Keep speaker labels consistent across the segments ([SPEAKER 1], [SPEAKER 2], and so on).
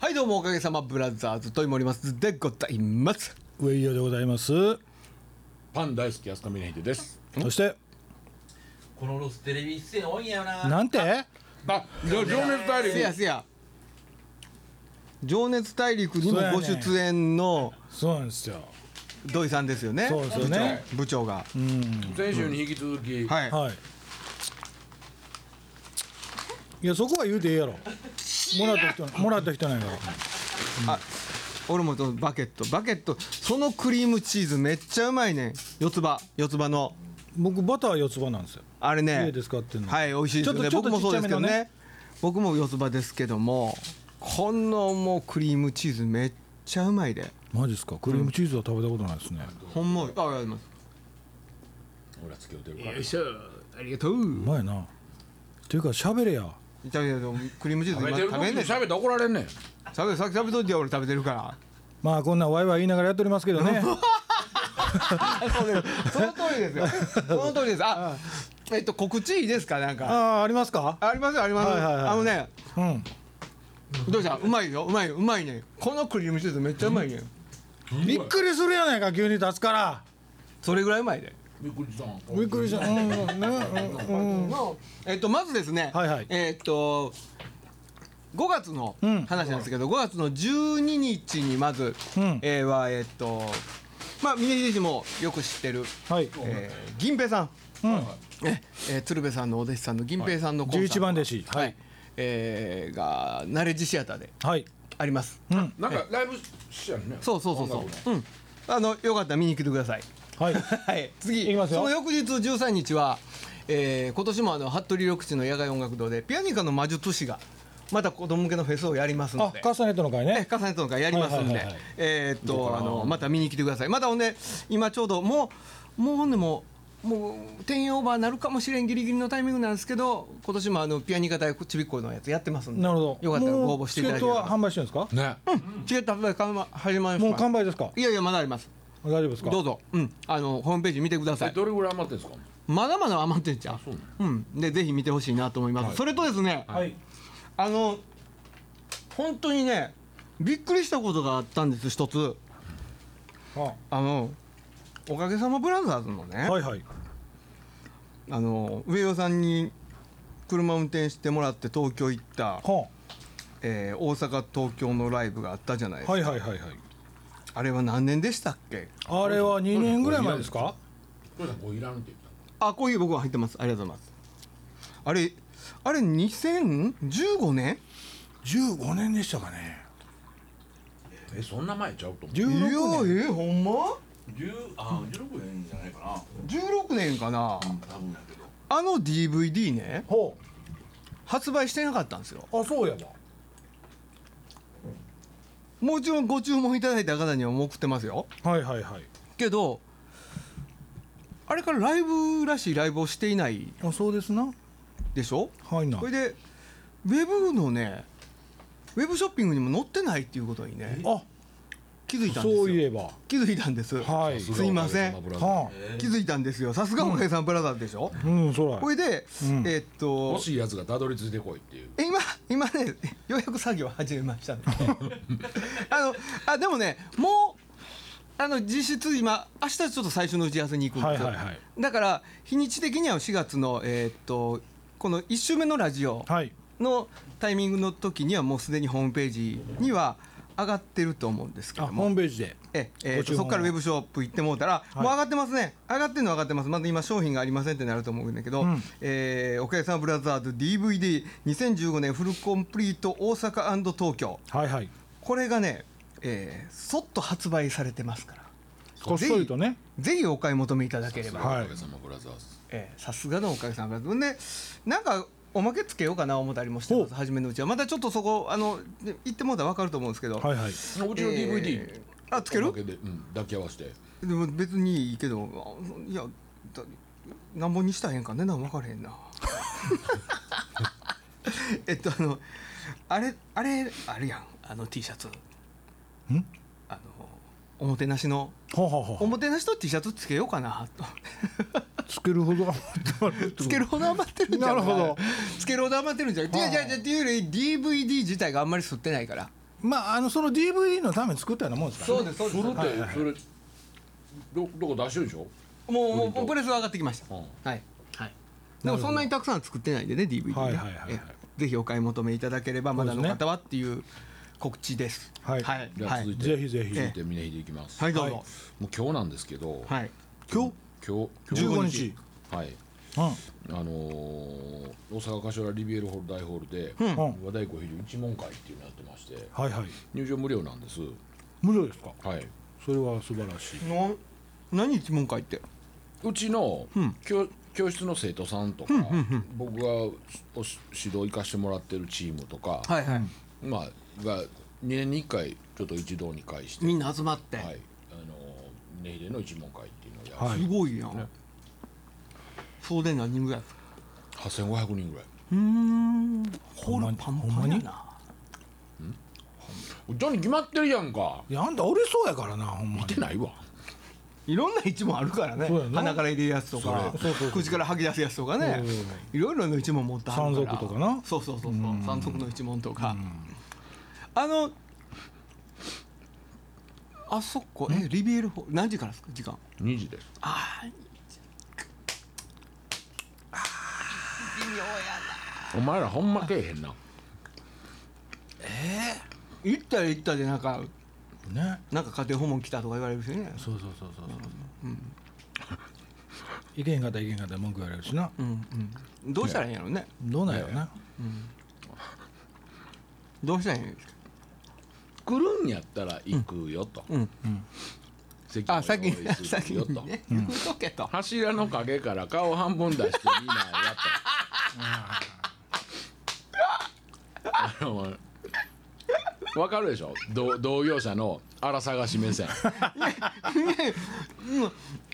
[SPEAKER 1] はいどうもおかげさまブラザーズといもりますでございます
[SPEAKER 2] 上井雄でございます
[SPEAKER 3] パン大好き安上秀です。
[SPEAKER 2] そして
[SPEAKER 4] このロステレビ出演多いんやよな
[SPEAKER 2] なんて
[SPEAKER 3] あ、じゃあ情熱大
[SPEAKER 1] せや
[SPEAKER 3] 陸。
[SPEAKER 1] せや情熱大陸にもご出演の
[SPEAKER 2] そうなんですよ
[SPEAKER 1] 土井さんですよね
[SPEAKER 2] そうですよね
[SPEAKER 1] 部長が
[SPEAKER 2] うん
[SPEAKER 3] 先週に引き続き、
[SPEAKER 1] はい
[SPEAKER 2] はいいやそこは言うてええやろもらった人もらった人なんやから
[SPEAKER 1] あ俺もとバケットバケットそのクリームチーズめっちゃうまいねん四つ葉四つ葉の
[SPEAKER 2] 僕バター四つ葉なんですよ
[SPEAKER 1] あれね
[SPEAKER 2] 家で使ってんの
[SPEAKER 1] はい美味しいですよね
[SPEAKER 2] ちょっと
[SPEAKER 1] 僕もそうですけどね
[SPEAKER 2] ちょっとちっちゃめのね
[SPEAKER 1] 僕も四つ葉ですけどもこのもうクリームチーズめっちゃうまいで
[SPEAKER 2] マジっすかクリームチーズは食べたことないですね
[SPEAKER 1] ほんまああります
[SPEAKER 3] ほら、つけてるから。
[SPEAKER 1] しょありがとう
[SPEAKER 2] うまいなっていうか喋れや
[SPEAKER 1] いたいやでもクリームチーズ
[SPEAKER 3] 食
[SPEAKER 1] 今
[SPEAKER 3] べてる時に
[SPEAKER 1] 食べんねん食
[SPEAKER 3] 喋ったら怒られんねん。
[SPEAKER 1] べさっき食べといてよ俺食べてるから
[SPEAKER 2] まあこんなワイワイ言いながらやっておりますけどね
[SPEAKER 1] そうですその通りですよその通りですあえっと告知いいですかなん
[SPEAKER 2] あ
[SPEAKER 1] か
[SPEAKER 2] あありますか
[SPEAKER 1] ありますよありますよ
[SPEAKER 2] はいはいはい
[SPEAKER 1] あのね
[SPEAKER 2] うん
[SPEAKER 1] どうしたうまいようまいうまいねこのクリームチーズめっちゃうまいね
[SPEAKER 2] びっくりするやないか急に立つから
[SPEAKER 1] それぐらいうまいで
[SPEAKER 3] びっくりした。
[SPEAKER 2] びっくりしたうんうんねうんうん
[SPEAKER 1] のえっとまずですね、
[SPEAKER 2] はいはい
[SPEAKER 1] えっと5月の
[SPEAKER 2] うん
[SPEAKER 1] 話なんですけど、5月の12日にまず、
[SPEAKER 2] うん
[SPEAKER 1] えーはえっとまあ峰秀氏もよく知ってる、
[SPEAKER 2] はい
[SPEAKER 1] えー銀平さん
[SPEAKER 2] うん
[SPEAKER 1] ええー鶴瓶さんのお弟子さんの銀平さんのコンサート
[SPEAKER 2] 11番弟子
[SPEAKER 1] はいえーがナレッジシアターで
[SPEAKER 2] はい
[SPEAKER 1] あります
[SPEAKER 2] うん
[SPEAKER 3] なんかライブしやんね。
[SPEAKER 1] そうそうそう
[SPEAKER 3] 音楽
[SPEAKER 1] そ
[SPEAKER 3] の
[SPEAKER 1] う、うん、あのよかったら見に来てください
[SPEAKER 2] はい
[SPEAKER 1] はい、次
[SPEAKER 2] いきますよ
[SPEAKER 1] その翌日13日は、えー今年もあの服部緑地の野外音楽堂でピアニカの魔術師がまた子供向けのフェスをやりますの
[SPEAKER 2] あ
[SPEAKER 1] で。
[SPEAKER 2] カースタネットの会ね
[SPEAKER 1] ね、重ねたのがやりますん
[SPEAKER 2] はい
[SPEAKER 1] で、
[SPEAKER 2] はいはいはい
[SPEAKER 1] えーっとあのまた見に来てください。まだほんで今ちょうどもうもうほんでもうもう転用オーバーなるかもしれんギリギリのタイミングなんですけど、今年もあのピアニカ対ちびっこのやつやってますんで、
[SPEAKER 2] なるほど
[SPEAKER 1] よかったらご応募していただけれ
[SPEAKER 2] もうチケットは
[SPEAKER 1] ば。
[SPEAKER 2] 販売してるんですか
[SPEAKER 3] ね。
[SPEAKER 1] チケット販売かま始まりま
[SPEAKER 2] もう
[SPEAKER 1] し
[SPEAKER 2] 完売ですか
[SPEAKER 1] いやいやまだあります。
[SPEAKER 2] 大丈夫ですか
[SPEAKER 1] どうぞ、うん、あのホームページ見てくださ
[SPEAKER 3] え
[SPEAKER 1] い。
[SPEAKER 3] どれぐらい余ってんすか。
[SPEAKER 1] まだまだ余ってんちゃう。うん、でぜひ見てほしいなと思います。それとですね、
[SPEAKER 2] はい
[SPEAKER 1] あの本当にねびっくりしたことがあったんです一つ
[SPEAKER 2] あ
[SPEAKER 1] あのおかげさまブラザーズのね、
[SPEAKER 2] はいはい
[SPEAKER 1] あの上尾さんに車運転してもらって東京行った、
[SPEAKER 2] は
[SPEAKER 1] えー大阪東京のライブがあったじゃないですか、
[SPEAKER 2] あはいはいはいはい
[SPEAKER 1] あれは何年でしたっけ
[SPEAKER 2] あれは2年ぐらい前ですか
[SPEAKER 3] これさんこういらんって言った。
[SPEAKER 1] あコーヒー僕は入ってますありがとうございますあれあれ2015年
[SPEAKER 2] 15年でしたかね
[SPEAKER 3] え、そんな前ちゃうと思う。
[SPEAKER 1] いや
[SPEAKER 2] 16年
[SPEAKER 1] えほんま
[SPEAKER 4] 十あ16年じゃないかな
[SPEAKER 1] 16年かな、
[SPEAKER 4] 多分やけど
[SPEAKER 1] あの DVD ね
[SPEAKER 2] ほ
[SPEAKER 1] 発売してなかったんですよ
[SPEAKER 2] うあそうやわ
[SPEAKER 1] もちろんご注文いただいた方にはもう送ってますよ
[SPEAKER 2] はいはいはい
[SPEAKER 1] けどあれからライブらしいライブをしていない
[SPEAKER 2] あそうですな
[SPEAKER 1] でしょ
[SPEAKER 2] はいな
[SPEAKER 1] これでウェブのねウェブショッピングにも載ってないっていうことにね
[SPEAKER 2] あ
[SPEAKER 1] 気づいたんですよ
[SPEAKER 2] そういえば
[SPEAKER 1] 気づいたんです、
[SPEAKER 2] はい
[SPEAKER 1] すいません
[SPEAKER 2] は
[SPEAKER 1] 気づいたんですよさすがおかげさんブラザーズでしょ、
[SPEAKER 2] あうんそら
[SPEAKER 1] これで、
[SPEAKER 2] うん
[SPEAKER 1] えっと
[SPEAKER 3] 欲しいやつがたどり着いてこいっていう。
[SPEAKER 1] 今今ねようやく作業を始めま したんであのあでもねもうあの実質今明日ちょっと最初の打ち合わせに行くんですよ、
[SPEAKER 2] はいはいはい
[SPEAKER 1] だから日にち的には4月のえーっとこの1週目のラジオ
[SPEAKER 2] はい
[SPEAKER 1] のタイミングの時にはもうすでにホームページには上がってると思うんですけ
[SPEAKER 2] あ
[SPEAKER 1] ど
[SPEAKER 2] ホー
[SPEAKER 1] も
[SPEAKER 2] ムページで
[SPEAKER 1] ええー
[SPEAKER 2] ご
[SPEAKER 1] と
[SPEAKER 2] 注文
[SPEAKER 1] そ
[SPEAKER 2] は
[SPEAKER 1] こからウェブショップ行ってもうたら、もう上がってますね上がってるのは上がってますまだ今商品がありませんってなると思うんだけど、
[SPEAKER 2] うん
[SPEAKER 1] えーおかげさまブラザーズ DVD2015 年フルコンプリート大阪東京
[SPEAKER 2] はいはい
[SPEAKER 1] これがね、えーそっと発売されてますから
[SPEAKER 2] こっそりとね
[SPEAKER 1] ぜひお買い求めいただければ
[SPEAKER 2] はい
[SPEAKER 3] おかげさまブラザーズ。
[SPEAKER 1] えーさすがのおかげさまででなんかおまけつけようかな思ったりもしてます初めのうちはまたちょっとそこあので言ってもうたら分かると思うんですけど、
[SPEAKER 2] はいはいう
[SPEAKER 3] ちの DVD
[SPEAKER 1] え。ーあつける
[SPEAKER 3] おまでうん、抱き合わせて。
[SPEAKER 1] でも別にいいけどあいやだ何本にしたらええんかねなん分からへんな えっとあのあれあれあれやんあの T シャツんあのおもてなしの
[SPEAKER 2] ははは
[SPEAKER 1] おもてなしの T シャツつけようか なと
[SPEAKER 2] つけるほど
[SPEAKER 1] つけるほど余ってるんじゃ
[SPEAKER 2] なるほど
[SPEAKER 1] つけるほど余ってるんじゃないいやいやいやっていうより DVD 自体があんまり吸ってないから
[SPEAKER 2] まああのその DVD のために作ったようなもんですから、ね、
[SPEAKER 1] そうですそうです
[SPEAKER 5] る
[SPEAKER 1] も
[SPEAKER 5] って、それどどこ出してるでしょ、
[SPEAKER 1] うもうもうプレスは上がってきました、
[SPEAKER 5] うん
[SPEAKER 1] はいはいでもそんなにたくさんは作ってないんでね DVD ね、
[SPEAKER 2] はいはいはいはい
[SPEAKER 1] ええぜひお買い求めいただければまだの方はっていう告知です
[SPEAKER 2] はい
[SPEAKER 1] はい
[SPEAKER 5] じゃあ
[SPEAKER 1] はい
[SPEAKER 5] 続いて
[SPEAKER 2] ぜひぜひ
[SPEAKER 5] 続いて峰秀いきます、
[SPEAKER 1] はいどう
[SPEAKER 2] は
[SPEAKER 1] ぞ
[SPEAKER 5] もう今日なんですけど、
[SPEAKER 1] はい
[SPEAKER 2] 今
[SPEAKER 5] 今日
[SPEAKER 2] 日15日
[SPEAKER 5] はいあのー大阪柏リビエルホール大ホールで、
[SPEAKER 1] うん
[SPEAKER 2] うん、うん、
[SPEAKER 5] 和太鼓披露一問会っていうのやってまして
[SPEAKER 2] はいはい
[SPEAKER 5] 入場無料なんです
[SPEAKER 2] 無料ですか
[SPEAKER 5] はい
[SPEAKER 2] それは素晴らしい
[SPEAKER 1] の何一問書いて
[SPEAKER 5] うちの
[SPEAKER 1] うん
[SPEAKER 5] 教,、教室の生徒さんとか、
[SPEAKER 1] うんうんうん
[SPEAKER 5] 僕がおし指導行かしてもらってるチームとか、
[SPEAKER 1] はいはい
[SPEAKER 5] まあが2年に1回ちょっと一堂に会して、
[SPEAKER 1] みんな集まって、
[SPEAKER 5] はいあのー、ネイレの一問会っていうのをやる、
[SPEAKER 2] はい
[SPEAKER 1] すごいやん、
[SPEAKER 5] ね
[SPEAKER 1] そうで何人ぐらい
[SPEAKER 5] 8500人ぐらいう
[SPEAKER 1] ーんホー
[SPEAKER 2] んま
[SPEAKER 1] ル
[SPEAKER 2] に
[SPEAKER 1] パンパンやな
[SPEAKER 5] うちに決まってるやんか
[SPEAKER 2] いやあんたおれそうやからなほんま
[SPEAKER 5] 見
[SPEAKER 2] に
[SPEAKER 5] てないわ
[SPEAKER 1] いろんな一問あるからね
[SPEAKER 2] そうやな
[SPEAKER 1] 鼻から入れるやつとか
[SPEAKER 2] そうそうそう
[SPEAKER 1] 口から吐き出すやつとかね
[SPEAKER 2] うん
[SPEAKER 1] いろいろの一問持ってはるから
[SPEAKER 2] 山賊とかな
[SPEAKER 1] そうそうそうそう山賊の一問とかあのあそこえリビエルホ何時からですか時間
[SPEAKER 5] 2時です
[SPEAKER 1] あー
[SPEAKER 5] お前らほんまけえへんな
[SPEAKER 1] 行ったら行ったでなんか
[SPEAKER 2] ね
[SPEAKER 1] なんか家庭訪問来たとか言われるしね
[SPEAKER 2] そうそうそうそうそううんいけへんかったらいけへんかったら文句言われるしな
[SPEAKER 1] うんうんどうしたらいいんやろうね
[SPEAKER 2] どうなんやろな
[SPEAKER 1] どうしたらいいんやろ
[SPEAKER 5] 来るんやったら行くよと、
[SPEAKER 1] うん
[SPEAKER 5] 席も
[SPEAKER 1] あ先
[SPEAKER 5] 用意
[SPEAKER 1] に
[SPEAKER 5] す
[SPEAKER 1] 先
[SPEAKER 5] るよ
[SPEAKER 1] に
[SPEAKER 5] と、
[SPEAKER 1] ね 言うとけと
[SPEAKER 5] 柱の陰から顔半分出してみんなやとあのわかるでしょ同同業者の荒探し目線
[SPEAKER 1] うん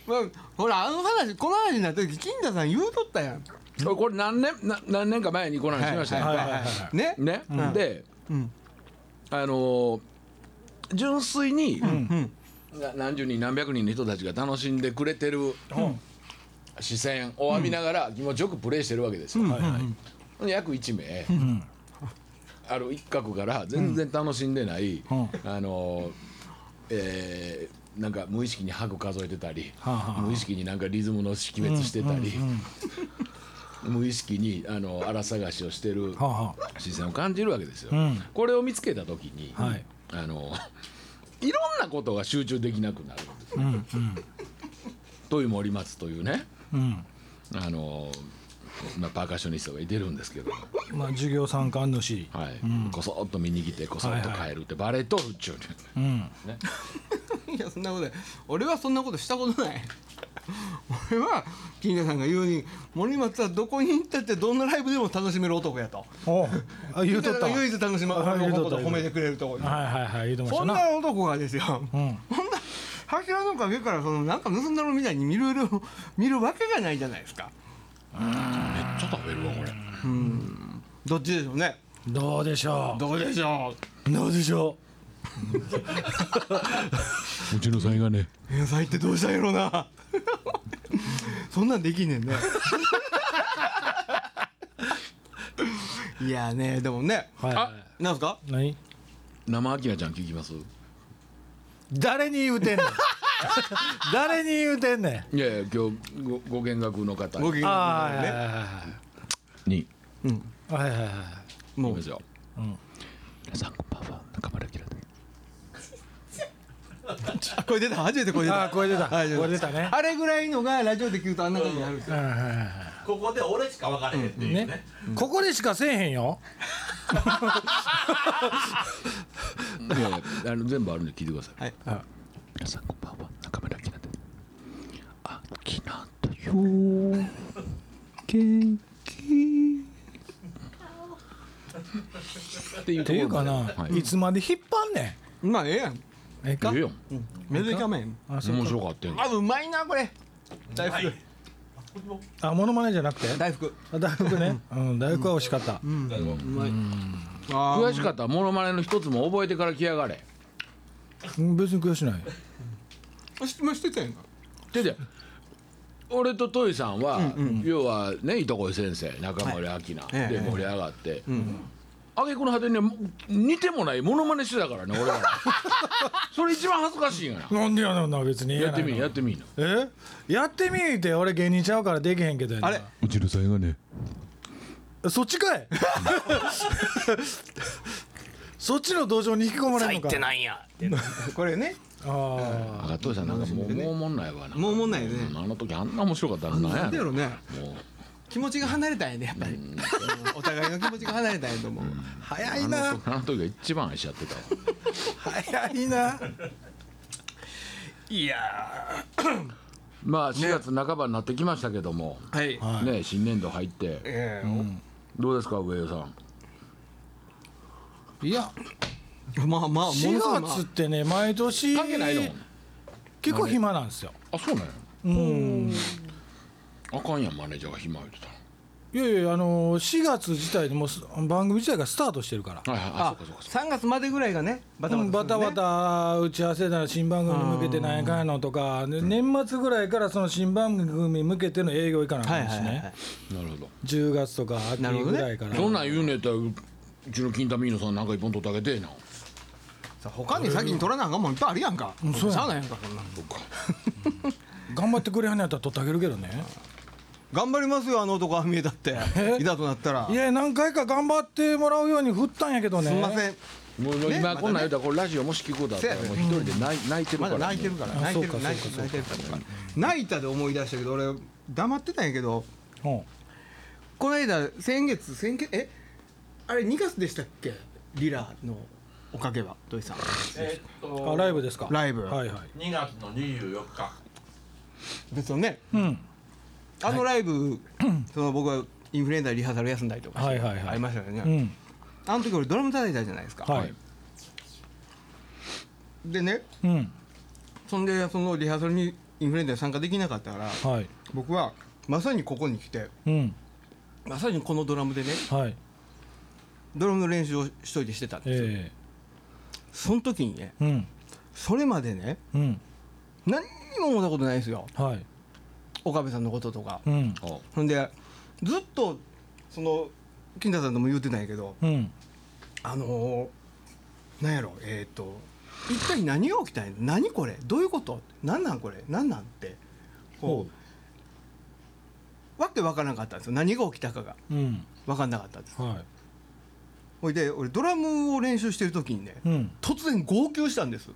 [SPEAKER 1] まあほらあの話この話になった時金田さん言うとったやん
[SPEAKER 5] これ何年な何年か前にこの話しましたよ、
[SPEAKER 1] はいはい
[SPEAKER 2] はい
[SPEAKER 1] はいね
[SPEAKER 5] ね、で、
[SPEAKER 1] ん
[SPEAKER 5] あのー純粋に、
[SPEAKER 1] うん
[SPEAKER 5] な何十人何百人の人たちが楽しんでくれてる視線を浴びながら気持ちよくプレーしてるわけですよ、
[SPEAKER 2] はいはい
[SPEAKER 5] 約1名、
[SPEAKER 2] ん
[SPEAKER 5] ある一角から全然楽しんでない、
[SPEAKER 2] うん
[SPEAKER 5] あのえーなんか無意識に拍数えてたり、
[SPEAKER 2] はあはあ
[SPEAKER 5] 無意識になんかリズムの識別してたり、無意識にあの荒探しをしてる
[SPEAKER 2] はあはあ
[SPEAKER 5] 視線を感じるわけですよ。
[SPEAKER 2] うん
[SPEAKER 5] これを見つけた時に、
[SPEAKER 2] はい
[SPEAKER 5] あの いろんなことが集中できなくなるんです
[SPEAKER 2] う
[SPEAKER 5] よ。
[SPEAKER 2] んうん
[SPEAKER 5] という森松というね
[SPEAKER 2] うん
[SPEAKER 5] あの、まあ、パーカッショニストがいてるんですけど。
[SPEAKER 2] まあ授業参観主
[SPEAKER 5] はい、こそっと見に来てこそっと帰るってバレとるっちゅうねん、
[SPEAKER 2] うん
[SPEAKER 1] いやそんなことない俺はそんなことしたことない 俺は金田さんが言うように森松はどこに行ったってどんなライブでも楽しめる男やと
[SPEAKER 2] おうあ言うと
[SPEAKER 1] 金田
[SPEAKER 2] った
[SPEAKER 1] さん
[SPEAKER 2] わ
[SPEAKER 1] が唯一楽しむ
[SPEAKER 2] あ
[SPEAKER 1] 俺
[SPEAKER 2] 言う
[SPEAKER 1] の
[SPEAKER 2] と
[SPEAKER 1] こ
[SPEAKER 2] った
[SPEAKER 1] とを褒めてくれるとこ
[SPEAKER 2] はいはいはい言うてまし
[SPEAKER 1] そ
[SPEAKER 2] た
[SPEAKER 1] ん
[SPEAKER 2] な
[SPEAKER 1] な男がですよ
[SPEAKER 2] うん
[SPEAKER 1] こんな柱の陰からそのなんか盗んだのみたいに見る見るわけがないじゃないですか
[SPEAKER 5] めっちゃ食べるわこれ
[SPEAKER 1] どっちでしょうね
[SPEAKER 2] どうでしょ
[SPEAKER 1] どうでしょ
[SPEAKER 2] うどうでしょ
[SPEAKER 5] うちのさんがね
[SPEAKER 1] う野菜ってどうしたんやろなそんなんできんねんねいやねでもね
[SPEAKER 2] うはいは
[SPEAKER 1] なんすか
[SPEAKER 2] い何
[SPEAKER 5] 生アキラちゃん聞きます
[SPEAKER 2] 誰に言うてんねん誰に言うてんねん
[SPEAKER 5] いやいや今日ごご見学の方
[SPEAKER 1] ご機嫌
[SPEAKER 2] あ
[SPEAKER 1] な
[SPEAKER 2] あ
[SPEAKER 1] ね
[SPEAKER 5] に
[SPEAKER 1] うん
[SPEAKER 2] はいはいはいはいはいはい
[SPEAKER 1] も
[SPEAKER 5] いうますよ
[SPEAKER 2] うん
[SPEAKER 5] 皆さんこんばんは中丸明です
[SPEAKER 1] あこれ出た初めてこれ出
[SPEAKER 2] あ
[SPEAKER 1] た
[SPEAKER 2] あ声出た
[SPEAKER 1] はい
[SPEAKER 2] 声出たね
[SPEAKER 1] あれぐらいのがラジオで聞くとあんなことになるんですよ
[SPEAKER 2] はいはいは
[SPEAKER 4] ここで俺しか分からへんっていう
[SPEAKER 2] い
[SPEAKER 4] ね
[SPEAKER 2] ねここでしかせえへんよ
[SPEAKER 5] いやいやあの全部あるんで聞いてください
[SPEAKER 1] はい
[SPEAKER 5] 皆さんこんばんは中村明ですあきなんだよ元気っていう
[SPEAKER 2] っていうかな
[SPEAKER 5] はい、
[SPEAKER 2] いつまで引っ張んね
[SPEAKER 1] まあええやん
[SPEAKER 2] んええか
[SPEAKER 5] いいよ
[SPEAKER 1] メドキャメン
[SPEAKER 2] あそう
[SPEAKER 5] 面白かったよ
[SPEAKER 1] あうまいなこれ大
[SPEAKER 4] はい
[SPEAKER 1] 福
[SPEAKER 2] あモノマネじゃなくて
[SPEAKER 1] 大福
[SPEAKER 2] あ大福ねうん大福は美味しかった
[SPEAKER 1] うまいあー
[SPEAKER 5] 悔しかったらモノマネの一つも覚えてから来やがれ
[SPEAKER 2] うん別に悔しない
[SPEAKER 1] 質問してたやんか
[SPEAKER 5] でで俺とトイさんは、要はねいとこい先生中森明菜、
[SPEAKER 1] ええ
[SPEAKER 5] で盛り上がって、挙句の果てにねも似てもないモノマネしてたからね俺らそれ一番恥ずかしいんやな
[SPEAKER 2] なんでやねんな別に
[SPEAKER 5] やってみやってみな
[SPEAKER 2] えやってみーって俺芸人ちゃうからできへんけどやな
[SPEAKER 1] あれ
[SPEAKER 3] 落ちる際がね
[SPEAKER 2] そっちかいそっちの道場に引き込まれるのか
[SPEAKER 1] なんやこれね
[SPEAKER 2] あ
[SPEAKER 5] 赤とさんなんかもうもうおもんないわな
[SPEAKER 1] もうおもんないよね
[SPEAKER 5] うんあの時あんな面白かった
[SPEAKER 1] な
[SPEAKER 5] のなんん
[SPEAKER 1] でやろ
[SPEAKER 5] やろ
[SPEAKER 1] うね気持ちが離れたんやねやっぱりお互いの気持ちが離れたんやと思う早
[SPEAKER 5] あ
[SPEAKER 1] い
[SPEAKER 5] の
[SPEAKER 1] な
[SPEAKER 5] 時あの時が一番愛しちゃってた わ
[SPEAKER 1] 早いない
[SPEAKER 2] や
[SPEAKER 5] まあ4月半ばになってきましたけども
[SPEAKER 1] はい、
[SPEAKER 5] ね新年度入って
[SPEAKER 1] ええ
[SPEAKER 5] どうですか上与さん
[SPEAKER 2] いや
[SPEAKER 1] まあまあものすごいまあ
[SPEAKER 2] 4月ってね毎年
[SPEAKER 5] 関係ないの
[SPEAKER 2] 結構暇なんですよ
[SPEAKER 5] あそうなんや
[SPEAKER 2] うん
[SPEAKER 5] あかんやんマネージャーが暇言ってた
[SPEAKER 2] いやいやあの4月自体でもうす番組自体がスタートしてるから
[SPEAKER 5] のはいはいあ
[SPEAKER 1] あ
[SPEAKER 5] そうかそうかそうか
[SPEAKER 1] 3月までぐらいがねバタ
[SPEAKER 2] う
[SPEAKER 1] バタ
[SPEAKER 2] んバタバタ打ち合わせだ新番組に向けて何回のとかで年末ぐらいからその新番組に向けての営業行かなあ
[SPEAKER 1] はい
[SPEAKER 2] かん
[SPEAKER 1] は
[SPEAKER 2] し
[SPEAKER 1] い、はい
[SPEAKER 2] ね、
[SPEAKER 5] なるほど
[SPEAKER 2] 10月とか秋
[SPEAKER 1] なるほど
[SPEAKER 2] ぐ
[SPEAKER 1] ね
[SPEAKER 2] らいから
[SPEAKER 5] そんなん言うねやったらううちの金ミーノさんなんか一本取ってあげてえな
[SPEAKER 1] さあ他に先に取らなあかんもんいっぱいあるやんか、
[SPEAKER 2] んそうやん
[SPEAKER 1] しゃあないやんかこんなん
[SPEAKER 5] そっか
[SPEAKER 2] 頑張ってくれはんのやったら取ってあげるけどね
[SPEAKER 1] 頑張りますよあの男は見えだっていざとなったら
[SPEAKER 2] いや何回か頑張ってもらうように振ったんやけどね
[SPEAKER 1] すみません
[SPEAKER 5] もうもう
[SPEAKER 1] ねまだ
[SPEAKER 5] 今
[SPEAKER 1] ね
[SPEAKER 5] こんなん言うたらこれラジオもし聞くことあったら
[SPEAKER 1] せや
[SPEAKER 5] も
[SPEAKER 1] ね
[SPEAKER 5] う一人で泣い泣いてるか
[SPEAKER 1] ま
[SPEAKER 5] ら
[SPEAKER 1] だ泣いてるから泣いて
[SPEAKER 2] そ
[SPEAKER 1] る
[SPEAKER 2] うか
[SPEAKER 1] 泣いて
[SPEAKER 2] そう
[SPEAKER 1] る泣
[SPEAKER 2] か
[SPEAKER 1] いてる泣いたで思い出したけど俺黙ってたんやけど
[SPEAKER 2] うん
[SPEAKER 1] この間先月先月えあれ2月でしたっけリラのおかげは土井さん
[SPEAKER 4] えーっと
[SPEAKER 2] あライブですか
[SPEAKER 1] ライブ
[SPEAKER 2] はいはい
[SPEAKER 4] 2月の24日
[SPEAKER 1] ですよね
[SPEAKER 2] うん
[SPEAKER 1] あのライブ、 その僕はインフルエンザでリハーサル休んだりとかして
[SPEAKER 2] はいはいはい
[SPEAKER 1] ありましたよね、
[SPEAKER 2] うん
[SPEAKER 1] あの時俺ドラム叩いたじゃないですか、
[SPEAKER 2] はい
[SPEAKER 1] でね
[SPEAKER 2] うん
[SPEAKER 1] そんでそのリハーサルにインフルエンザで参加できなかったから
[SPEAKER 2] はい
[SPEAKER 1] 僕はまさにここに来て
[SPEAKER 2] うん
[SPEAKER 1] まさにこのドラムでね
[SPEAKER 2] はい
[SPEAKER 1] ドラムの練習を一人でしてたんですよ、
[SPEAKER 2] え
[SPEAKER 1] その時にね
[SPEAKER 2] えうん
[SPEAKER 1] それまでね
[SPEAKER 2] うん
[SPEAKER 1] 何にも思ったことないですよ
[SPEAKER 2] はい
[SPEAKER 1] 岡部さんのこととか
[SPEAKER 2] うん
[SPEAKER 5] お
[SPEAKER 1] ほんでずっとその金田さんとも言ってないけど
[SPEAKER 2] うん
[SPEAKER 1] あのー、なんやろえっ、と一体何が起きたんや何これどういうこと何なんこれ何なんってこうわけわからなかったんですよ何が起きたかが
[SPEAKER 2] うん
[SPEAKER 1] わかんなかったんです
[SPEAKER 2] は
[SPEAKER 1] ほいで俺ドラムを練習してる時にね
[SPEAKER 2] いうん
[SPEAKER 1] 突然号泣したんです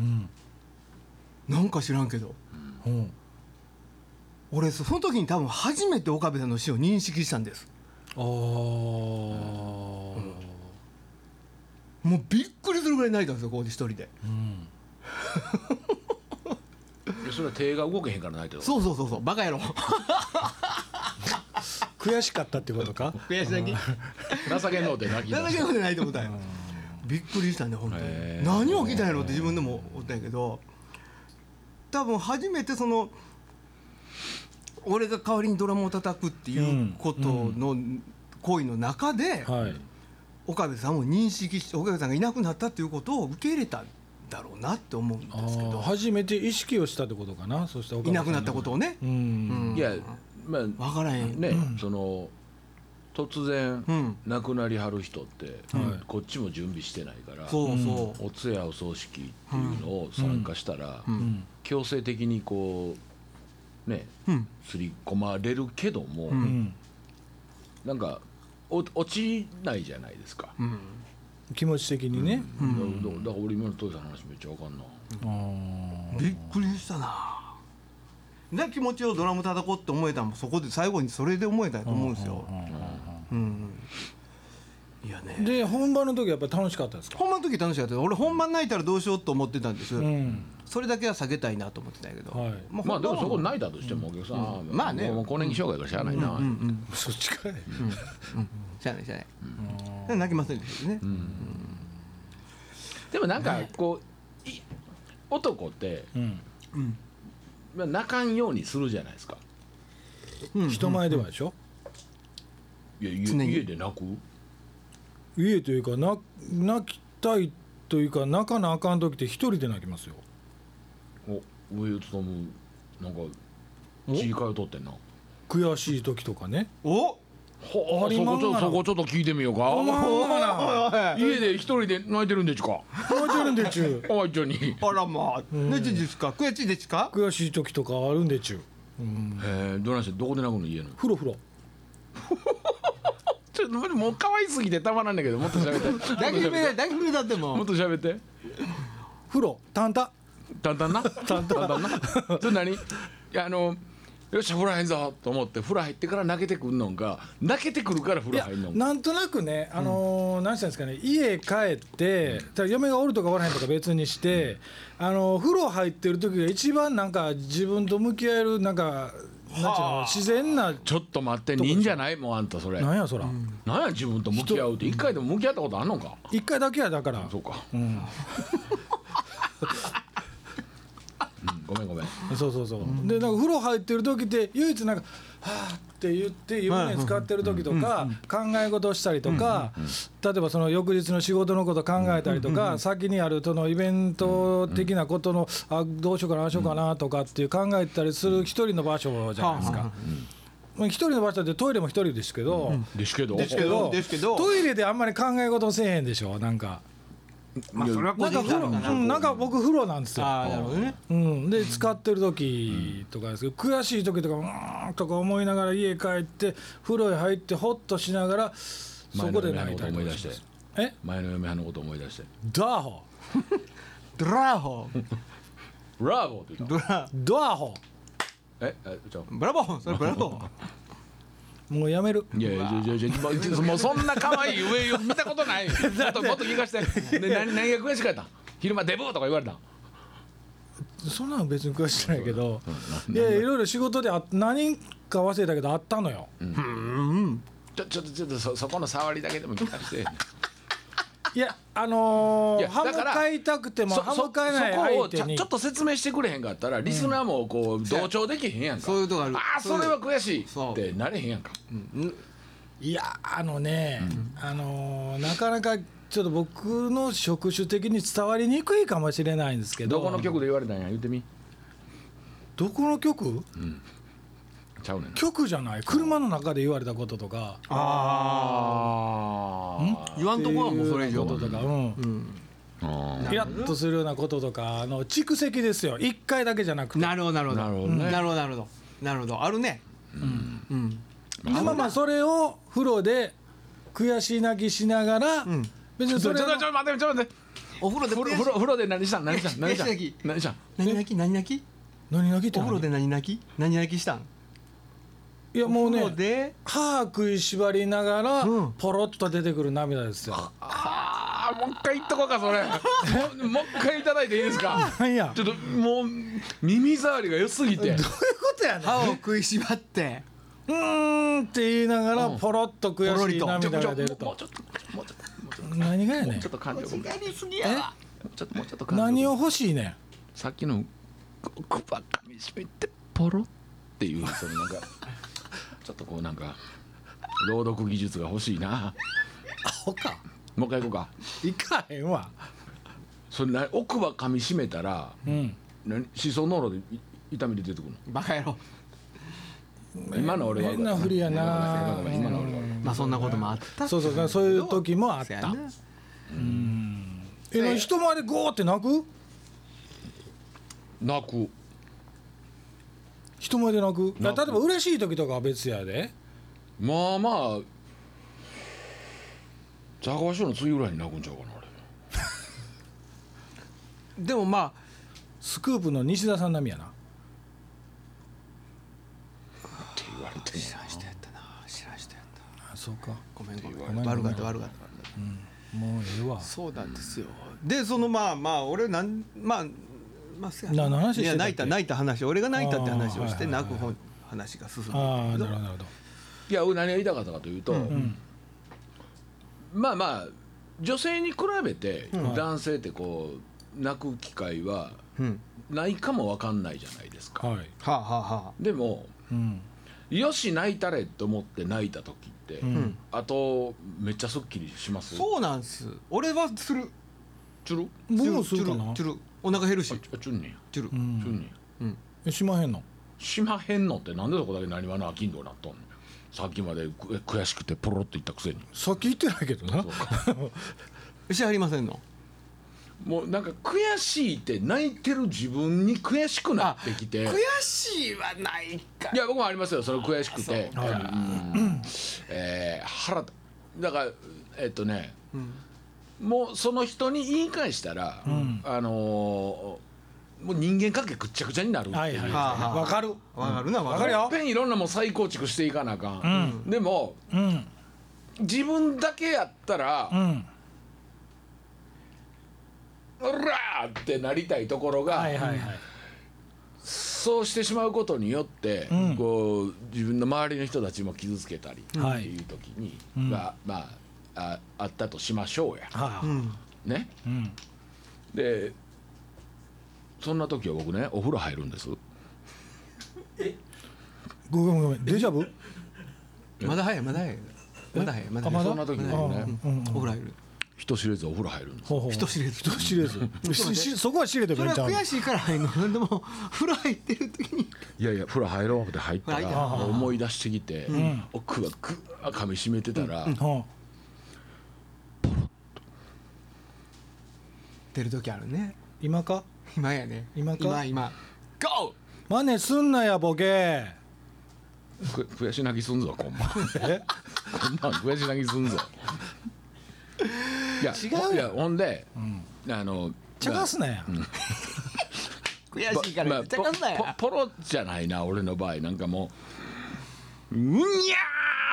[SPEAKER 2] うん
[SPEAKER 1] なんか知らんけど
[SPEAKER 2] うん
[SPEAKER 1] 俺その時に多分初めて岡部さんの死を認識したんです
[SPEAKER 2] あー
[SPEAKER 1] もうびっくりするぐらい泣いたんですよここで一人で
[SPEAKER 2] うん
[SPEAKER 5] それは手が動けへんから泣いてる
[SPEAKER 1] そうそうそうそうバカ野郎
[SPEAKER 2] 悔しかったってことか
[SPEAKER 1] 悔し泣き
[SPEAKER 5] 情けのうて泣き
[SPEAKER 1] だら
[SPEAKER 5] 出
[SPEAKER 1] け
[SPEAKER 5] し
[SPEAKER 1] のことないと思ったんよびっくりしたね本当
[SPEAKER 5] へ
[SPEAKER 1] に
[SPEAKER 5] ー
[SPEAKER 1] 何を起きたんやろって自分でも思ったんやけど多分初めてその俺が代わりにドラムを叩くっていうことの行為の中で
[SPEAKER 2] はい
[SPEAKER 1] 岡部さんを認識して岡部さんがいなくなったっていうことを受け入れたんだろうなって思うんです
[SPEAKER 2] あ
[SPEAKER 1] け
[SPEAKER 2] ー
[SPEAKER 1] ど
[SPEAKER 2] 初めて意識をしたってことかなそして
[SPEAKER 1] いなくなったことをね
[SPEAKER 2] う
[SPEAKER 1] うん
[SPEAKER 2] ん
[SPEAKER 5] いやまあ
[SPEAKER 1] 分からへん
[SPEAKER 5] ね、その突
[SPEAKER 1] う
[SPEAKER 5] 然
[SPEAKER 1] ん
[SPEAKER 5] 亡くなりはる人って、
[SPEAKER 2] はい
[SPEAKER 5] こっちも準備してないから、
[SPEAKER 1] そうそ
[SPEAKER 5] お通夜お葬式っていうのを参加したら、
[SPEAKER 1] うう
[SPEAKER 2] うんん
[SPEAKER 5] 強制的にこうね
[SPEAKER 1] うん
[SPEAKER 5] 刷り込まれるけど
[SPEAKER 1] う
[SPEAKER 5] も、
[SPEAKER 1] ん
[SPEAKER 2] うん
[SPEAKER 5] なんかお落ちないじゃないですか、
[SPEAKER 1] うん
[SPEAKER 2] 気持ち的にね
[SPEAKER 5] だだだから俺今の当時の話めっちゃ分かんな、
[SPEAKER 2] あー
[SPEAKER 1] びっくりしたなで気持ちをドラム叩こうって思えたのもそこで最後にそれで思えたと思うんですよ、うんいやね
[SPEAKER 2] で本番の時やっぱり楽しかったですか
[SPEAKER 1] 本番の時楽しかったよ俺本番泣いたらどうしようと思ってたんです、
[SPEAKER 2] うん
[SPEAKER 1] それだけは避けたいなと思ってたんやけど、
[SPEAKER 2] はい
[SPEAKER 1] ま
[SPEAKER 5] まあでもそこ
[SPEAKER 1] い
[SPEAKER 5] 泣いたとしてもお客さん、あー
[SPEAKER 1] まあね
[SPEAKER 5] もう更年期障害がしゃあないな、
[SPEAKER 2] そっちかい
[SPEAKER 1] しゃあないしゃあない、で泣きませんでしたけどね、
[SPEAKER 5] でもなんかこう、い男って、
[SPEAKER 2] うん
[SPEAKER 5] まあ、泣かんようにするじゃないですか
[SPEAKER 1] うん
[SPEAKER 2] 人前ではでしょ
[SPEAKER 5] いや家
[SPEAKER 1] 常に
[SPEAKER 5] 家で泣く
[SPEAKER 2] 家というか泣泣きたいというか泣かなあかん時って一人で泣きますよ
[SPEAKER 5] お上を勤むなんか血通っとってんな
[SPEAKER 2] 悔しい時とかね
[SPEAKER 1] お
[SPEAKER 5] ほあそこちょそこちょっと聞いてみよう
[SPEAKER 2] おま
[SPEAKER 5] か。
[SPEAKER 2] んまな
[SPEAKER 5] 家で一人で泣いてるんでちゅか。
[SPEAKER 2] 覚えてるんでちゅ
[SPEAKER 5] おいちょに。へ
[SPEAKER 1] あらまあ、ねちですか、悔しいですか。
[SPEAKER 2] 悔しい時とかあるんでちゅ
[SPEAKER 5] えどうなんしてどこで泣くの家の。
[SPEAKER 2] ふろふろ
[SPEAKER 5] ちょっと待ってもう可愛すぎてたまらんねんけどもっと 喋って。
[SPEAKER 1] だけ目だ、だけ目だって
[SPEAKER 5] も
[SPEAKER 1] も
[SPEAKER 5] っ。と喋って。
[SPEAKER 2] ふろたんた
[SPEAKER 5] だんだんな。だんだんな。それ何？いやあの。よっしゃ、風呂入んぞと思って、風呂入ってから泣けてくんのんか、泣けてくるから風
[SPEAKER 2] い
[SPEAKER 5] 呂
[SPEAKER 2] や
[SPEAKER 5] 入んのんか。
[SPEAKER 2] なんとなくね、あのーなんていうんですかね、家帰って、ただ嫁がおるとかおらへんとか別にして、あのー風呂入ってる時が一番なんか自分と向き合えるなんかなんていうの自然な
[SPEAKER 5] ちょっと待って、忍じゃないもうあんたそれ。
[SPEAKER 2] なんやそら、
[SPEAKER 5] なんや自分と向き合うって一回でも向き合ったことあんのか
[SPEAKER 2] 一回だけやだから
[SPEAKER 5] そうか、
[SPEAKER 2] ん
[SPEAKER 5] うんごめんごめん
[SPEAKER 2] そうそうそう、でなんか風呂入ってる時って唯一なんか「はあ」って言って湯船使ってる時とか考え事をしたりとか例えばその翌日の仕事のこと考えたりとか先にあるそのイベント的なことのあどうしようかなああしようかなとかっていう考えたりする一人の場所じゃないですか。まあ一人の場所ってトイレも一人ですけど、
[SPEAKER 5] ですけど
[SPEAKER 1] ですけど、ですけど。
[SPEAKER 2] トイレであんまり考え事せえへんでしょなんか
[SPEAKER 1] まあ、それは個
[SPEAKER 2] な
[SPEAKER 1] 人
[SPEAKER 2] んか
[SPEAKER 1] 差
[SPEAKER 2] 風
[SPEAKER 1] ある
[SPEAKER 2] 呂
[SPEAKER 1] かな。
[SPEAKER 2] うんなんか僕風呂なんですよ
[SPEAKER 1] ああ、なるほどね。
[SPEAKER 2] うん、で使ってる時とかですけど、悔しい時とかうーんとか思いながら家帰って風呂へ入ってホッとしながらそ
[SPEAKER 5] 前
[SPEAKER 2] こ
[SPEAKER 5] の
[SPEAKER 2] で
[SPEAKER 5] 嫁はん
[SPEAKER 2] 泣
[SPEAKER 5] の
[SPEAKER 2] い
[SPEAKER 5] こと
[SPEAKER 2] たりとか
[SPEAKER 5] 思い出し
[SPEAKER 2] してますえ
[SPEAKER 5] 前の嫁はんのこと思い出して
[SPEAKER 2] ドアホ
[SPEAKER 1] ドラホー。
[SPEAKER 5] ブラボーって言っ
[SPEAKER 1] ドラ。
[SPEAKER 2] ドアホ
[SPEAKER 5] たええちょ
[SPEAKER 1] ブラボー、それブラボー。
[SPEAKER 2] もうやめる
[SPEAKER 5] いやいやいやいやもうもうそんな可愛い上よ見たことないもっともっと聞かしてで何何が悔しかった昼間デブーとか言われた
[SPEAKER 2] そんなの別に詳しくないけどでいろいろ仕事であ何か忘れたけどあったのよ、
[SPEAKER 5] ちょちょっとちょっとそそこの触りだけでも聞かして
[SPEAKER 2] いやあのー、
[SPEAKER 5] いや
[SPEAKER 2] 歯
[SPEAKER 5] だ
[SPEAKER 2] 向
[SPEAKER 5] から
[SPEAKER 2] かいたくても
[SPEAKER 5] そ
[SPEAKER 2] 歯
[SPEAKER 5] そ
[SPEAKER 2] 向かえない
[SPEAKER 5] そこ
[SPEAKER 2] 相
[SPEAKER 5] をち
[SPEAKER 2] 手
[SPEAKER 5] ょ
[SPEAKER 2] に
[SPEAKER 5] ちょっと説明してくれへんかったらリスナーもこう同調できへんやんか、
[SPEAKER 1] そういうとこある
[SPEAKER 5] あーそれは悔しい
[SPEAKER 1] そう
[SPEAKER 5] ってなれへんやんか
[SPEAKER 2] いやあのね、あのーなかなかちょっと僕の職種的に伝わりにくいかもしれないんですけど
[SPEAKER 5] どこの曲で言われたんや言ってみ
[SPEAKER 2] どこの曲
[SPEAKER 5] ちゃうねん
[SPEAKER 2] 曲じゃない車の中で言われたこととか
[SPEAKER 5] あ
[SPEAKER 1] 言わんとこはもうそれ以上。
[SPEAKER 2] こととか、うん
[SPEAKER 5] あ
[SPEAKER 2] イラッとするようなこととかあの蓄積ですよ一回だけじゃなくて
[SPEAKER 1] なるほど、なるほど。
[SPEAKER 5] なるほどね
[SPEAKER 1] なるほど、なるほど。なるほど、あるね。うん。
[SPEAKER 2] でまあまあそれを風呂で悔し泣きしながら、
[SPEAKER 1] ん
[SPEAKER 2] 別に
[SPEAKER 5] ち
[SPEAKER 2] そ
[SPEAKER 5] ょ
[SPEAKER 2] れ
[SPEAKER 5] ちょ
[SPEAKER 2] が
[SPEAKER 5] ちょ待ってちょ待って
[SPEAKER 1] お風呂で
[SPEAKER 5] 風呂風呂風呂で何したん何したん何したん
[SPEAKER 1] 悔し泣き
[SPEAKER 5] 何したん
[SPEAKER 1] 何泣き何泣き
[SPEAKER 2] 何泣きって
[SPEAKER 1] お風呂
[SPEAKER 2] 何
[SPEAKER 1] で何泣き何泣きしたん
[SPEAKER 2] いやもう
[SPEAKER 1] お
[SPEAKER 2] ね
[SPEAKER 1] 風呂で
[SPEAKER 2] 歯食いしばりながら、
[SPEAKER 1] うん
[SPEAKER 2] ポロッと出てくる涙ですよ
[SPEAKER 5] あーもう一回言っとこうか それもう一回いただいていいですか
[SPEAKER 2] なんや
[SPEAKER 5] ちょっともう耳障りが良すぎて
[SPEAKER 2] どういうことやねん
[SPEAKER 1] 歯を食いしばって
[SPEAKER 2] うーんって言いながらポロッと
[SPEAKER 1] ポロ
[SPEAKER 2] 悔し
[SPEAKER 1] リ
[SPEAKER 2] い
[SPEAKER 1] と
[SPEAKER 2] 涙が出る
[SPEAKER 5] もう
[SPEAKER 2] と
[SPEAKER 5] ちょっともうちょっともうちょっと
[SPEAKER 2] 何がやねん
[SPEAKER 5] ちょっと感情込めて
[SPEAKER 1] りすぎやわ
[SPEAKER 5] ちょっともうちょっと感情込めて
[SPEAKER 2] 何を欲しいねん
[SPEAKER 5] さっきのくばかみしめてポロっていうそのなんか ちょっとこうなんか朗読技術が欲しいな
[SPEAKER 2] アホか
[SPEAKER 5] もう一回行こうか
[SPEAKER 2] いかへんわ
[SPEAKER 5] それな奥歯噛みしめたら
[SPEAKER 2] うん
[SPEAKER 5] 何歯槽膿漏でい痛みで出てくる
[SPEAKER 1] バカ野郎
[SPEAKER 5] の今の俺は
[SPEAKER 2] 変なふりやな
[SPEAKER 5] ごめんごめん今の俺は
[SPEAKER 1] まあそんなこともあった
[SPEAKER 2] そうそうそうそういう時もあっ
[SPEAKER 1] そ
[SPEAKER 2] た
[SPEAKER 1] やね
[SPEAKER 2] えな人前でゴーって泣く
[SPEAKER 5] 泣く
[SPEAKER 2] 人前で泣くいや
[SPEAKER 5] 泣く
[SPEAKER 2] 例えば嬉しい時とかは別やで
[SPEAKER 5] まあまあザコシの次ぐらいに泣くんちゃうかな俺
[SPEAKER 1] でもまあ
[SPEAKER 2] スクープの西田さん並みやな
[SPEAKER 5] って言われて
[SPEAKER 1] 知らん人やったな知らん人やった
[SPEAKER 2] あそうか
[SPEAKER 1] ごめんごめ
[SPEAKER 2] め
[SPEAKER 1] ん
[SPEAKER 2] ん
[SPEAKER 1] 悪かった悪かった
[SPEAKER 2] もうええわ
[SPEAKER 1] そうなんですよ。でそのまあまあ俺なんまあまあせや
[SPEAKER 2] な何してたっけ
[SPEAKER 1] いや泣いた泣いた話俺が泣いたって話
[SPEAKER 2] あ
[SPEAKER 1] を
[SPEAKER 2] ー
[SPEAKER 1] して
[SPEAKER 2] はいはい
[SPEAKER 1] 泣く方話が進んでい
[SPEAKER 2] ああ
[SPEAKER 1] った
[SPEAKER 2] な
[SPEAKER 1] けど
[SPEAKER 2] るほどなるほど
[SPEAKER 5] いや俺何が言いたかったかというと、
[SPEAKER 2] ん
[SPEAKER 5] まあまあ女性に比べて男性ってこう泣く機会は
[SPEAKER 1] うん
[SPEAKER 5] ないかもわかんないじゃないですか、
[SPEAKER 2] はい
[SPEAKER 1] はあはあは
[SPEAKER 5] でも
[SPEAKER 2] うん
[SPEAKER 5] よし泣いたれと思って泣いた時って、
[SPEAKER 1] ん
[SPEAKER 5] あとめっちゃすっきりしま
[SPEAKER 1] あ
[SPEAKER 5] す
[SPEAKER 1] そうなんす俺はする
[SPEAKER 5] チュル
[SPEAKER 2] 僕もするかな
[SPEAKER 1] チュルチュルお腹減るし
[SPEAKER 5] あチュンねん
[SPEAKER 1] チュル
[SPEAKER 2] うん
[SPEAKER 5] チュンねん
[SPEAKER 2] えしまへんの
[SPEAKER 5] しまへんのってなんでそこだけ何話なあきんどうなっとんのさっきまでく悔しくてポロッと言ったくせに
[SPEAKER 2] さっき言ってないけどな
[SPEAKER 1] しはりませんの
[SPEAKER 5] もうなんか悔しいって泣いてる自分に悔しくなってきて
[SPEAKER 1] 悔しいはないか
[SPEAKER 5] いや僕もありますよそれ悔しくて、うんえー腹立だからえっとね、もうその人に言い返したら、あのーもう人間関係ぐっちゃぐちゃになるっていう、
[SPEAKER 2] はいはい
[SPEAKER 1] はあはあ
[SPEAKER 2] わかる
[SPEAKER 1] わかるなわか
[SPEAKER 2] わか
[SPEAKER 1] る
[SPEAKER 2] る
[SPEAKER 1] よ
[SPEAKER 2] よ
[SPEAKER 5] いっぺんいろんなもん再構築していかなあかん、でも
[SPEAKER 2] うん
[SPEAKER 5] 自分だけやったら
[SPEAKER 2] う、ん
[SPEAKER 5] うらーってなりたいところが、
[SPEAKER 2] はいはいはい
[SPEAKER 5] そうしてしまうことによって、
[SPEAKER 2] うん
[SPEAKER 5] こう自分の周りの人たちも傷つけたりって
[SPEAKER 2] はい
[SPEAKER 5] いう時に、
[SPEAKER 2] ん
[SPEAKER 5] がまあああったとしましょうや。
[SPEAKER 2] はあ
[SPEAKER 1] うん
[SPEAKER 5] ね、
[SPEAKER 2] うん
[SPEAKER 5] でそんな時は僕ねお風呂入るんです
[SPEAKER 2] ごめんごめんデジャブ
[SPEAKER 1] まだ早いまだ早いまだ早いまだ
[SPEAKER 2] あまだ
[SPEAKER 5] そんな時
[SPEAKER 1] ま
[SPEAKER 5] に
[SPEAKER 1] だ
[SPEAKER 5] 僕
[SPEAKER 1] 早い
[SPEAKER 5] ね
[SPEAKER 2] あ
[SPEAKER 1] うんお風呂入る
[SPEAKER 5] 人知れずお風呂入るんです
[SPEAKER 2] ほうほう
[SPEAKER 1] 人知れず
[SPEAKER 2] 知れずししそこは知れて
[SPEAKER 1] そ
[SPEAKER 2] る
[SPEAKER 1] れは
[SPEAKER 2] んちゃう
[SPEAKER 1] 悔しいから入んの でも風呂入ってる時に
[SPEAKER 5] いやいや風呂入ろうって入った
[SPEAKER 1] 入っ
[SPEAKER 5] ら
[SPEAKER 1] た
[SPEAKER 5] 思い出してきて、奥がぐわ噛み締めてたら、
[SPEAKER 2] は
[SPEAKER 1] 出る時あるね
[SPEAKER 2] あ今か
[SPEAKER 1] 今やね
[SPEAKER 2] 今か
[SPEAKER 1] 今今 GO!
[SPEAKER 2] マネすんなやボケ
[SPEAKER 5] く悔し泣きすんぞこんばんこ
[SPEAKER 2] え
[SPEAKER 5] んばん悔し泣きすんぞいや
[SPEAKER 1] 違う
[SPEAKER 5] いやほんで、あの
[SPEAKER 2] ちゃかすなや
[SPEAKER 1] 悔しいからちゃかんなや
[SPEAKER 5] ポポロじゃないな俺の場合なんかもううんに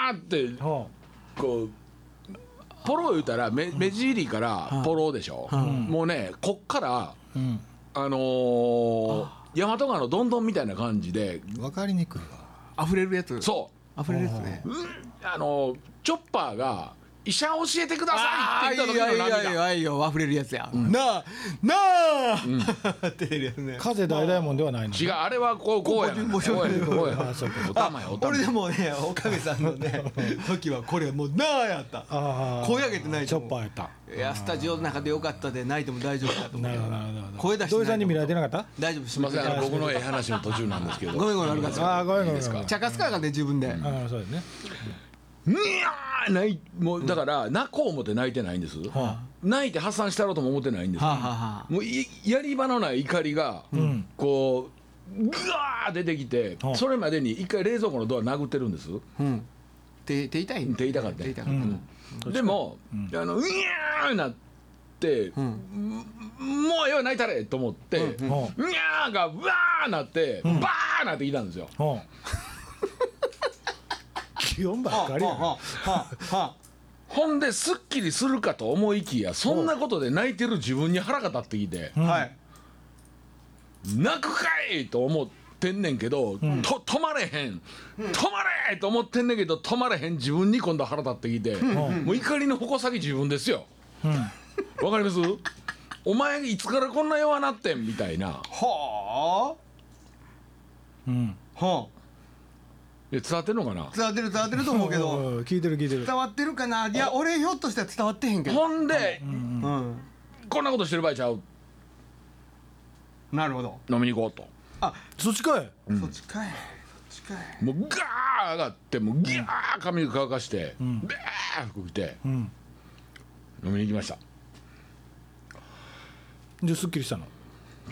[SPEAKER 5] ゃーって
[SPEAKER 2] ほ
[SPEAKER 5] こうポロ言うたら目目尻からポロでしょ、もうねこっから
[SPEAKER 2] ううん
[SPEAKER 5] あのー、大和川のどんどんみたいな感じで
[SPEAKER 2] わかりにくいわ
[SPEAKER 1] 溢れるやつ
[SPEAKER 5] そ
[SPEAKER 1] あふれるやつね
[SPEAKER 5] う、うんあのーチョッパーが「医者教えてください」って言った時
[SPEAKER 1] あ
[SPEAKER 5] の
[SPEAKER 1] いやいやい
[SPEAKER 5] 涙
[SPEAKER 1] やいや溢れるやつやなあなあって出るやつね
[SPEAKER 2] 風大大門ではないの
[SPEAKER 5] 違うあれはこうこうやね
[SPEAKER 1] こう
[SPEAKER 5] こうやねこうやね
[SPEAKER 2] あそうか
[SPEAKER 5] おたまやおたま
[SPEAKER 1] 俺でもねおかげさんのね時はこれもうなあやった
[SPEAKER 2] ああ
[SPEAKER 1] 声上げてない
[SPEAKER 2] チ
[SPEAKER 1] と
[SPEAKER 2] ョッパ
[SPEAKER 1] 思
[SPEAKER 2] ーやった
[SPEAKER 1] ういやスタジオの中でよかったで泣いても大丈夫だと思う
[SPEAKER 2] なるほどなるほど
[SPEAKER 1] 声出して
[SPEAKER 2] 土井
[SPEAKER 1] ない
[SPEAKER 2] さんに見られてなかった
[SPEAKER 1] 大丈夫し
[SPEAKER 5] すい
[SPEAKER 1] ま
[SPEAKER 5] ませ
[SPEAKER 1] せ
[SPEAKER 5] んあの
[SPEAKER 1] ん
[SPEAKER 5] 僕のええ話の途中なんですけど
[SPEAKER 1] ごめんごめん悪かった
[SPEAKER 2] ああごめんごめん
[SPEAKER 5] いいですか
[SPEAKER 2] ごめん
[SPEAKER 1] 茶化すからあかんね自分で
[SPEAKER 2] ああそうですね
[SPEAKER 5] うにゃーないもうだから泣こう思って泣いてないんです、泣いて破産したろうとも思ってないんです、
[SPEAKER 1] はあはあはあ
[SPEAKER 5] もういやり場のない怒りが、
[SPEAKER 2] ん
[SPEAKER 5] こうぐわー出てきて、
[SPEAKER 2] はあ
[SPEAKER 5] それまでに一回冷蔵庫のドア殴ってるんです
[SPEAKER 1] うん手手痛い
[SPEAKER 5] 手痛かった
[SPEAKER 1] 手
[SPEAKER 5] ね
[SPEAKER 1] 痛かっ
[SPEAKER 2] ん
[SPEAKER 5] うんでも、あのうにゃーなって、んもうよ泣いたれと思って、う
[SPEAKER 2] うんほ
[SPEAKER 5] にゃーがうわーなって、バーなってきたんですよ
[SPEAKER 2] う ほう気温ばっかりやな
[SPEAKER 1] はあはあはあ
[SPEAKER 5] ほんですっきりするかと思いきやそんなことで泣いてる自分に腹が立ってきて
[SPEAKER 2] うん
[SPEAKER 1] はい
[SPEAKER 5] 泣くかいと思ってんねんけど、と止まれへん止まれと思ってんねんけど止まれへん自分に今度腹立ってきて、もう怒りの矛先自分ですよ
[SPEAKER 2] うん
[SPEAKER 5] わかりますお前いつからこんな弱なってんみたいな
[SPEAKER 1] は
[SPEAKER 2] うん
[SPEAKER 1] あはあ
[SPEAKER 5] いや伝わってんのかな
[SPEAKER 1] 伝わってる伝わってると思うけ ど
[SPEAKER 2] うん聞いてる聞いてる
[SPEAKER 1] 伝わってるかないや俺ひょっとしたら伝わってへんけど
[SPEAKER 5] ほんで、
[SPEAKER 1] うん
[SPEAKER 5] こんなことしてる場合ちゃう
[SPEAKER 1] なるほど
[SPEAKER 5] 飲みに行こうと
[SPEAKER 2] そっちかい
[SPEAKER 1] そっちかいそっちかい
[SPEAKER 5] もうガー上がってもうギャー髪乾かして、ベー服着て
[SPEAKER 2] うん
[SPEAKER 5] 飲みに行きました
[SPEAKER 2] ですっきりしたの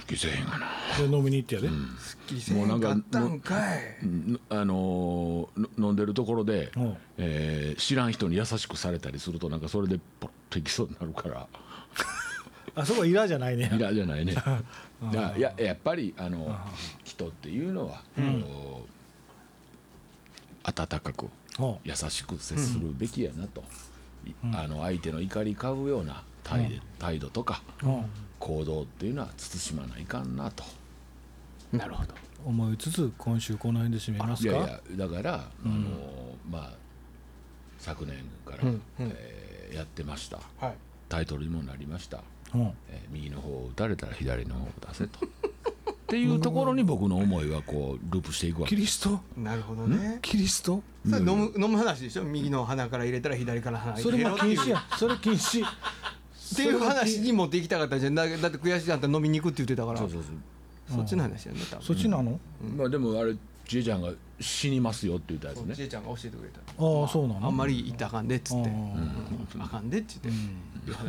[SPEAKER 5] 気せえへんかな
[SPEAKER 2] で飲みに行ってやで
[SPEAKER 1] すっきりせえへんかったんかい
[SPEAKER 5] んあのーの飲んでるところで
[SPEAKER 2] うん、
[SPEAKER 5] えー知らん人に優しくされたりするとなんかそれでポロッといきそうになるから
[SPEAKER 2] あそこイラじゃないね
[SPEAKER 5] いやじゃないねだからいややっぱりあの人っていうのは、あの温かく
[SPEAKER 2] うん
[SPEAKER 5] 優しく接するべきやなと、いあの相手の怒り買うような態度,、態度とか
[SPEAKER 2] うん
[SPEAKER 5] 行動っていうのは慎まないかんなと。
[SPEAKER 1] なるほど
[SPEAKER 2] 思いつつ今週この辺で締めます
[SPEAKER 5] い
[SPEAKER 2] か
[SPEAKER 5] やいやだから、あのまあ昨年から、えーやってました、
[SPEAKER 1] はい
[SPEAKER 5] タイトルにもなりました、
[SPEAKER 2] うん
[SPEAKER 5] えー右の方を打たれたら左の方を出せとっていうところに僕の思いはこうループしていくわ
[SPEAKER 2] キ
[SPEAKER 5] け
[SPEAKER 2] リスト
[SPEAKER 1] なるほどね
[SPEAKER 2] キリスト
[SPEAKER 1] それ飲む飲む話でしょ右の鼻から入れたら左から鼻
[SPEAKER 2] そ
[SPEAKER 1] 入
[SPEAKER 2] れ
[SPEAKER 1] れろ
[SPEAKER 2] も
[SPEAKER 1] って
[SPEAKER 2] 禁
[SPEAKER 1] いう
[SPEAKER 2] 止やそれ禁止
[SPEAKER 1] っていう話に持っていきたかったじゃんだだって悔しいあんた飲みに行くって言ってたから
[SPEAKER 5] そうそうそう
[SPEAKER 1] そっちの話やね多分
[SPEAKER 2] そっちなの
[SPEAKER 5] まあでもあれちえちゃんが死にますよって言ったやつね
[SPEAKER 1] ちえちゃんが教えてくれた
[SPEAKER 2] ああそうなの
[SPEAKER 1] あんまり言ったらあかんでっつって、
[SPEAKER 2] う
[SPEAKER 1] うんあかんでっつって、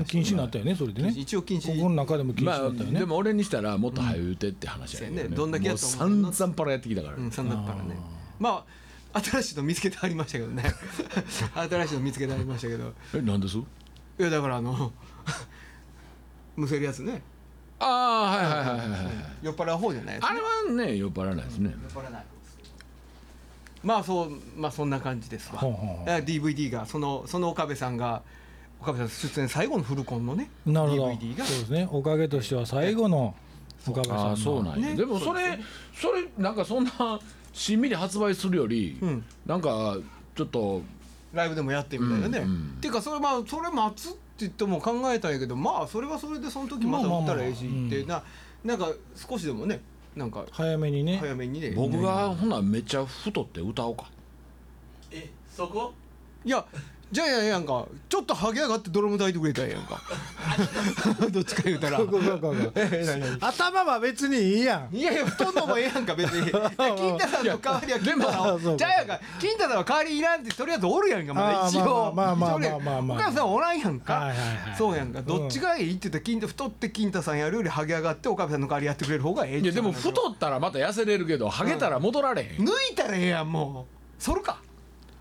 [SPEAKER 2] 禁止になったよねそれでね
[SPEAKER 1] 一応禁
[SPEAKER 2] こ
[SPEAKER 1] 止
[SPEAKER 2] この中でも禁止
[SPEAKER 5] まあ
[SPEAKER 2] になったよね、
[SPEAKER 5] でも俺にしたらもっと早う打てって話やけど
[SPEAKER 1] う
[SPEAKER 5] ね
[SPEAKER 1] んどんだけやっ
[SPEAKER 5] もう
[SPEAKER 1] たらもう
[SPEAKER 5] 散々パラやってきたから
[SPEAKER 1] うん、そんだったらねまあ新しいの見つけてありましたけど ね新しいの見つけてありましたけど
[SPEAKER 5] えなんです
[SPEAKER 1] いやだからあの むせるやつね
[SPEAKER 5] ああはいはいはいはいはい
[SPEAKER 1] 酔っ払う方じゃないやつね
[SPEAKER 5] あれはね酔っ払わないですね
[SPEAKER 1] 酔っ払わないまあそうまあそんな感じですわ
[SPEAKER 2] ほうほうほ
[SPEAKER 1] だ
[SPEAKER 2] う
[SPEAKER 1] から DVD がそのその岡部さんが岡部さん出演最後のフルコンのね
[SPEAKER 2] なるほど
[SPEAKER 1] DVD が
[SPEAKER 2] そうですねおかげとしては最後の岡部さんの
[SPEAKER 5] ああそうなんや、
[SPEAKER 1] ね
[SPEAKER 5] でもそれそれなんかそんなしんみり発売するより、
[SPEAKER 1] ん
[SPEAKER 5] なんかちょっと
[SPEAKER 1] ライブでもやってみたいなね、
[SPEAKER 5] うんうん
[SPEAKER 1] っていうかそれまあそれ待つって言っても考えたんやけどまあそれはそれでその時また売ったらええし
[SPEAKER 2] まあまあまあ
[SPEAKER 1] ってななんか少しでもねなんか
[SPEAKER 2] 早めにね
[SPEAKER 1] 早めにね
[SPEAKER 5] 僕がほなめっちゃ太って歌おうか
[SPEAKER 4] えそこ
[SPEAKER 1] いやじゃあややんかちょっとハゲ上がってドラム叩いてくれたらええやんかどっちか言うたら
[SPEAKER 2] ここここ ここ頭は別にいいやん
[SPEAKER 1] いやいや太んのもええやんか別 にいや金太さんの代わりは金太
[SPEAKER 2] あそ
[SPEAKER 1] さ
[SPEAKER 2] うん
[SPEAKER 1] じゃあやんか金太さんは代わりいらんってとりあえずおるやんかまだ
[SPEAKER 2] あ
[SPEAKER 1] 一応
[SPEAKER 2] まあまあ
[SPEAKER 1] 一応ね
[SPEAKER 2] まあまあまあまあ
[SPEAKER 1] お母さんおらんやん
[SPEAKER 2] はい
[SPEAKER 1] か
[SPEAKER 2] はいはい
[SPEAKER 1] そうやんかどっちがいいって言ったら金太太って金太さんやるよりハゲ上がってお母さんの代わりやってくれる方がええっ
[SPEAKER 5] い
[SPEAKER 1] て
[SPEAKER 5] やでも
[SPEAKER 1] 話
[SPEAKER 5] 太ったらまた痩せれるけどハゲたら戻られへん、
[SPEAKER 1] 抜いたらええやんもうそるか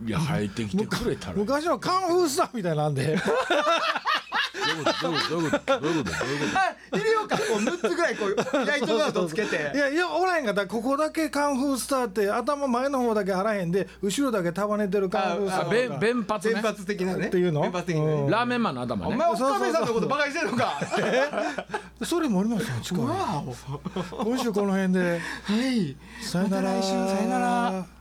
[SPEAKER 5] いや生えてきてくれたら
[SPEAKER 2] 昔のカンフースターみたいなんで
[SPEAKER 5] どういうことどういうことどういうことどういうこ
[SPEAKER 1] あ入れようかこう6つぐらいこうライトガードつけ
[SPEAKER 2] い
[SPEAKER 1] て
[SPEAKER 2] やいやおらへんかったここだけカンフースターって頭前の方だけ張らへんで後ろだけ束ねてるカンフースタ
[SPEAKER 5] あ
[SPEAKER 2] ー
[SPEAKER 5] べん弁 髪ね
[SPEAKER 1] 全発的なね
[SPEAKER 2] っていうの
[SPEAKER 1] 弁髪的なね
[SPEAKER 2] うん
[SPEAKER 5] とラーメンマンの頭
[SPEAKER 1] お
[SPEAKER 5] ね
[SPEAKER 1] 前岡部さんのことバカにしてるのか
[SPEAKER 2] それ森本さん近い
[SPEAKER 1] わお
[SPEAKER 2] 今週この辺で
[SPEAKER 1] はい
[SPEAKER 2] さよなら
[SPEAKER 1] また来週さよなら